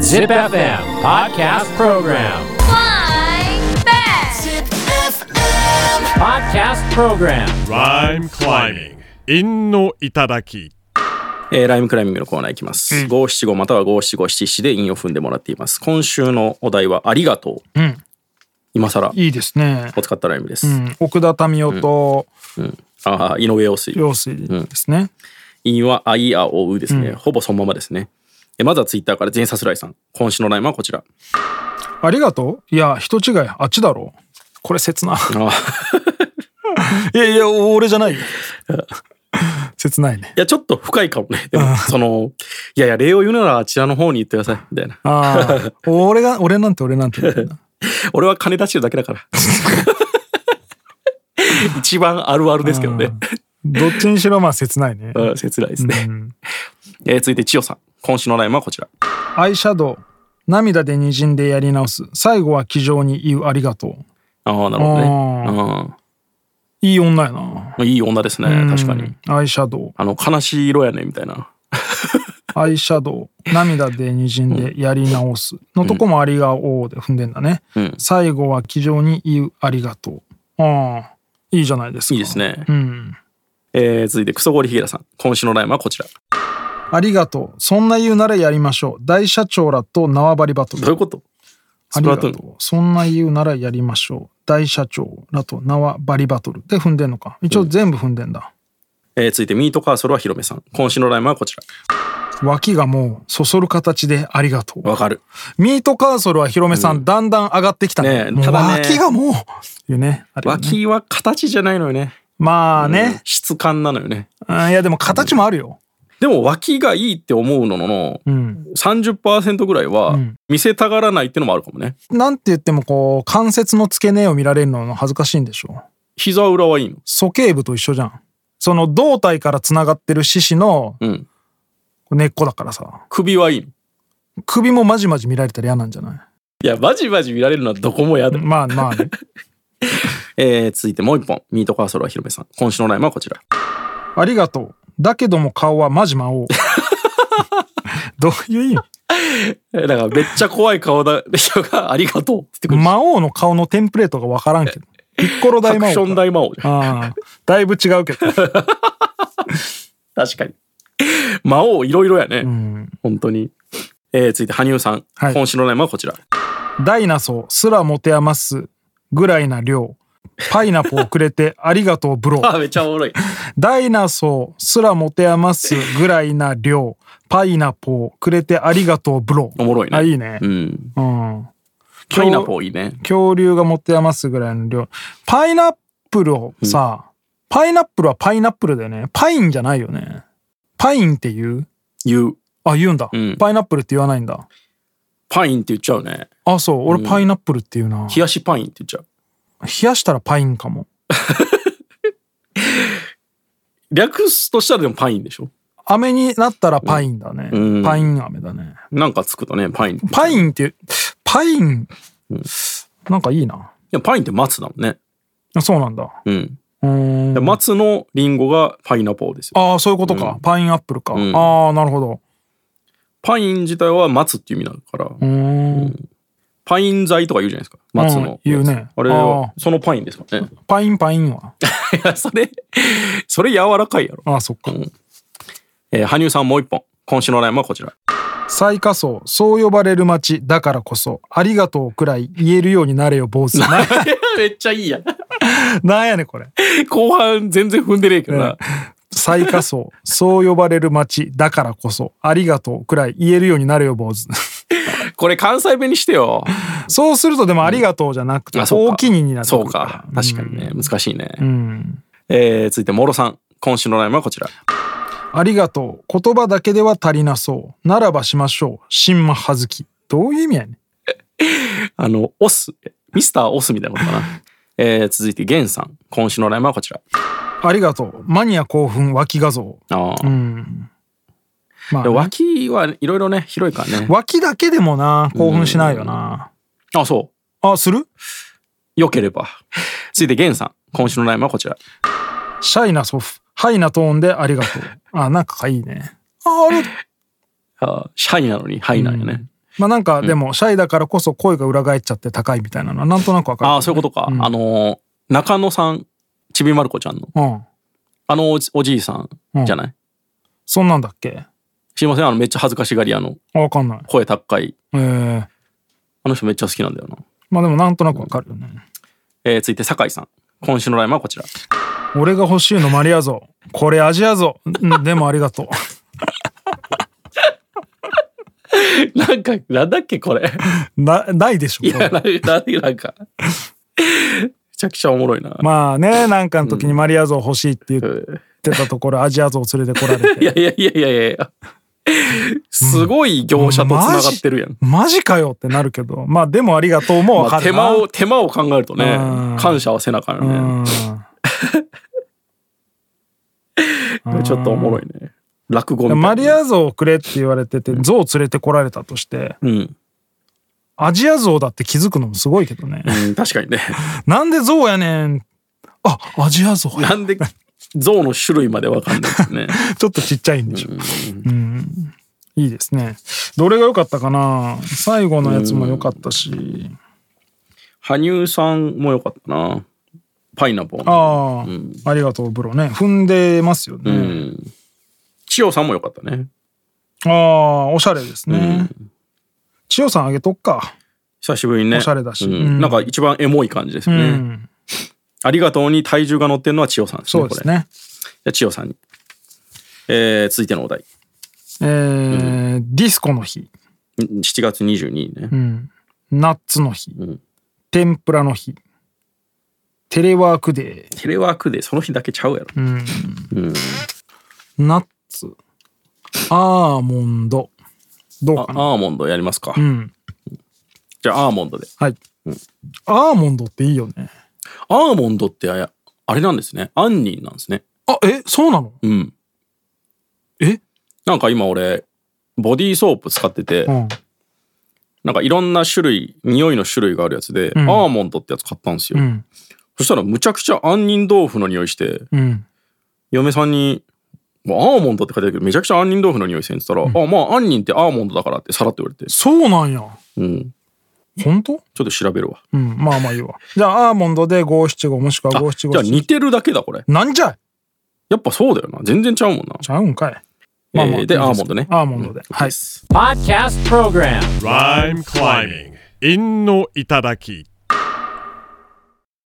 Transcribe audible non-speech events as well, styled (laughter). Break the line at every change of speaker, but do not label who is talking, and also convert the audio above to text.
Zip FM Podcast Program.
Flying back.
Podcast Program.
Rhyme climbing. 陰の頂き。
えーライムクライミングのコーナーいきます。五七五または五七五七七で韻を踏んでもらっています。今週のお題はありがとう。
ん
今更
いいですね。
を使ったライムです。
うん、奥田民生と
ああ、井上陽水。
陽水ですね。
韻はあいあおうですね、ほぼそのままですね。えまずはツイッターから全サスライさん。今週のライムはこちら。
ありがとういや、人違い、あっちだろう。これ切な。
あ
(laughs) いやいや、俺じゃないよ。 (laughs) 切ないね。
いや、ちょっと深いかもね。でも、その、いやいや、礼を言うならあちらの方に言ってください。みたいな。
ああ、俺が、俺なんて俺なんてみたいな。
俺は金出してるだけだから。 (laughs) 一番あるあるですけどね。
どっちにしろまあ切ないね。
うん切ないですね。
うん
えー続いて千代さん今週のラインはこちら
アイシャドウ、涙で滲んでやり直す。最後は気丈に言うありがとう。
ああなるほどね、
いい女やな。
うん、いい女ですね確かに
アイシャドウ、
あの悲しい色やねみたいな
アイシャドウ、涙で滲んでやり直す。のとこもありがおうで踏んでんだね。最後は気丈に言うありがとう。ああ、いいじゃないですか。
いいですね、
うん。
えー続いてクソゴリヒゲラさん今週のラインはこちらど
ありがとう。そんな言うならやりましょう。大社長らと縄張りバト
うい
ル。
うこと
ありがと
スプラト
う。そんな言うならやりましょう。大社長らと縄張りバトル。で踏んでんのか。一応全部踏んでんだ。
えー続いてミートカーソルはヒロメさん今週のラインはこち
脇がもうそそる形でありがとう
ら。わかる
ミートカーソルは広めさん、だんだん上がってきたね。
ねえ
もう
ただね
脇がもう、いうね。あれね
脇は形じゃないのよね
まあね、
質感なのよね
うんいやでも形もあるよ。
でも脇がいいって思うのの
うん。
30%ぐらいは
ん
見せたがらないってのもあるかもね
なんて言ってもこう、関節の付け根を見られるの恥ずかしいんでしょう。
膝裏はいいの
鼠径部と一緒じゃん。その胴体からつながってる四肢の
うん
根っこだからさ。
首はいいの
首もまじまじ見られたら嫌なんじゃない
いや、バジバジ見られるのはどこもやだ。
まあまあね。
えー、続いてもう一本。ミートカーソルは広めさん。今週のラインはこちら。
ありがとう。だけども顔はマジ魔王。 (laughs) どういう意味
えーだから、めっちゃ怖い顔だ、人が、ありがとう。ってくる。
魔王の顔のテンプレートがわからんけど。ピッコロ
ア
大魔
クショ
王
ン
か。
大魔王。
ああ、だいぶ違うけど。
確かに。魔王、いろいろやね。
うん
本当に。えー、続いて、羽生さん。
はい
今週のラインはこちら。
ダイナソーすら持て余すぐらいな量。パイナポーくれてありがとうブロー。
あ、めっちゃおもろい。
ダイナソーすら持て余すぐらいな量。パイナポーくれてありがとうブロー。
おもろいね。
あ、いいね
う。ん。
うん。
パイナポーいいね。
恐竜が持て余すぐらいの量。パイナップルをさ、パイナップルはパイナップルだよね。パインじゃないよね。パインって言う
言う。
あ、言うんだ、
ん
パイナップルって言わないんだ。
パインって言っちゃうね。
あ、そう。俺パイナップルって言うな。
冷やしパインって言っちゃう。
冷やしたらパインかも。
略すとしたらでもパインでしょ
飴になったらパインだね。
うん
パイン飴だね。
なんかつくとね、パイン。い
パインって、パイン、なんかいいな。
や、パインって松だもんね。
あそうなんだ。
うん。
うーん
で松のリンゴがパイナポーですよ。
ああ、そういうことか。パインアップルか。
ん
ああ、なるほど。
パイン自体は松っていう意味だから、
うーん。
パイン材とか言うじゃないですか。松のやつ。
うん言うね
あれは
あ、
そのパインですからね。 (laughs)
パインパインは。
いや、それ、それ柔らかいやろ。
ああ、そっか。
えー羽生さんもう一本。今週のラインはこちら。 (laughs)
最下層、そう呼ばれる街だからこそ、ありがとうくらい言えるようになれよ、
(laughs)
坊主。な
めっちゃいいやん。 (laughs)
なんやねん、これ。
後半全然踏んでねえけどな。
最下層、そう呼ばれる街だからこそ、ありがとうくらい言えるようになれよ、坊主。
これ関西弁にしてよ。
そうするとでもありがとうじゃなくて、
あそうか
大きにになってく
そ
る
う
ら
か。確かにね。難しいね。
うん。
えー続いて、もろさん。今週のラインはこちら。
ありがとう。言葉だけでは足りなそう。ならばしましょう。新間葉月。どういう意味やねん。
あの、オス。ミスターオスみたいなことかな。えー続いて、ゲンさん。今週のラインはこちら。
ありがとう。マニア興奮脇画像。
ああ。
うん。まあ
で
ね、
脇はいろいろね、広いからね。
脇だけでもな、興奮しないよな。
あ、そう。
あ、する
良ければ。続いて、ゲンさん。今週のラインはこちら。 (laughs)
シャイな祖父。ハイなトーンでありがとう。あ、なんかいいね。あ、あれ、
あーシャイなのにハイなんやね。
まあなんかでもシャイだからこそ声が裏返っちゃって高いみたいなのはなんとなくわかる、
ああ、そういうことか。あのー中野さん、ちびまる子ちゃんの、
うん。
あのおじおじいさんじゃない、
そんなんだっけ
すいません、あの、めっちゃ恥ずかしがり屋の
あわかんない。
声高い。
えー、
あの人めっちゃ好きなんだよな。
まあでもなんとなくわかるよね。
えー、続いて、酒井さん。今週のライマはこちら。
俺が欲しいのマリア像。これ味やぞ。んでもありがとう。
(laughs) なんか、なんだっけ、これ。
(laughs) なないでし
(laughs) い
ょこ
や、
れ
なんか、なんか、めちゃくちゃおもろいな。
まあねなんかの時にマリア像欲しいって言ってたところアジア像連れてこられ
い
て
やいやいやいやいやいや。すごい業者とつながってるやん。
マジかよってなるけどまあでもありがとうもわ
ま
か
あ、
る
手
な、
間を、手間を考えるとね
うん、
感謝はせなあかんよね。
うん
ちょっとおもろいね。落語みたいな。
マリア像をくれって言われてて像を連れてこられたとして
うん。
アジア像だって気づくのもすごいけどね
うん確かに
(laughs)
ね。
なんで像やねんあアジア像や
なんで、象の種類までわかんないですね。
(laughs) ちょっとちっちゃいんでしょ。うん。いいですね。どれが良かったかな最後のやつも良かったし。
羽生さんもよかったな。パイナポーの。
ああ、ありがとう、ブロね。踏んでますよね。
うん。千代さんもよかったね。
ああ、おしゃれですね。千代さんあげとっか。
久しぶりにね。
おしゃれだし
うん
うん
なんか一番エモい感じです
う
よね。
ん。
ありがとうに体重が乗ってるのは千代さんですね。
そうですね。
これ。じゃあ千代さんに。えー、続いてのお題。
えーディスコの日。
ん7月22日ね。
うん。ナッツの日。
ん
天ぷらの日。テレワークデ
テレワークでその日だけちゃうやろ。
ー。ナッツ。アーモンド。どう
あ
かな
アーモンドやりますか。
ん
じゃあアーモンドで。
はい。アーモンドっていいよね。
アーモンドってあやあれなんですね。杏仁なんですね。
あ、え、そうなの
うん。
え
なんか今俺、ボディーソープ使ってて、
うん。
なんかいろんな種類、匂いの種類があるやつで、アーモンドってやつ買ったんですよ。
ん
そしたらむちゃくちゃ杏仁豆腐の匂いして、
うん。
嫁さんに、もうアーモンドって書いてあるけど、めちゃくちゃ杏仁豆腐の匂いせんって言ったら、あ、まあ杏仁ってアーモンドだからってさらって言われて、
そうなんや。
うん。
本当
ちょっと調べるわ。
うん。まあまあいいわ。じゃあ、アーモンドで五七五もしくは
あ
五
じ
七
ゃあ
五
似
七。
てるだけだ、これ。
なんじゃい
やっぱそうだよな。全然ちゃうもんな。
ちゃうんかい。
えーで、アーモンドね。
アーモンドで。はい。
Podcast Program.
Rhyme climbing. 韻の頂き。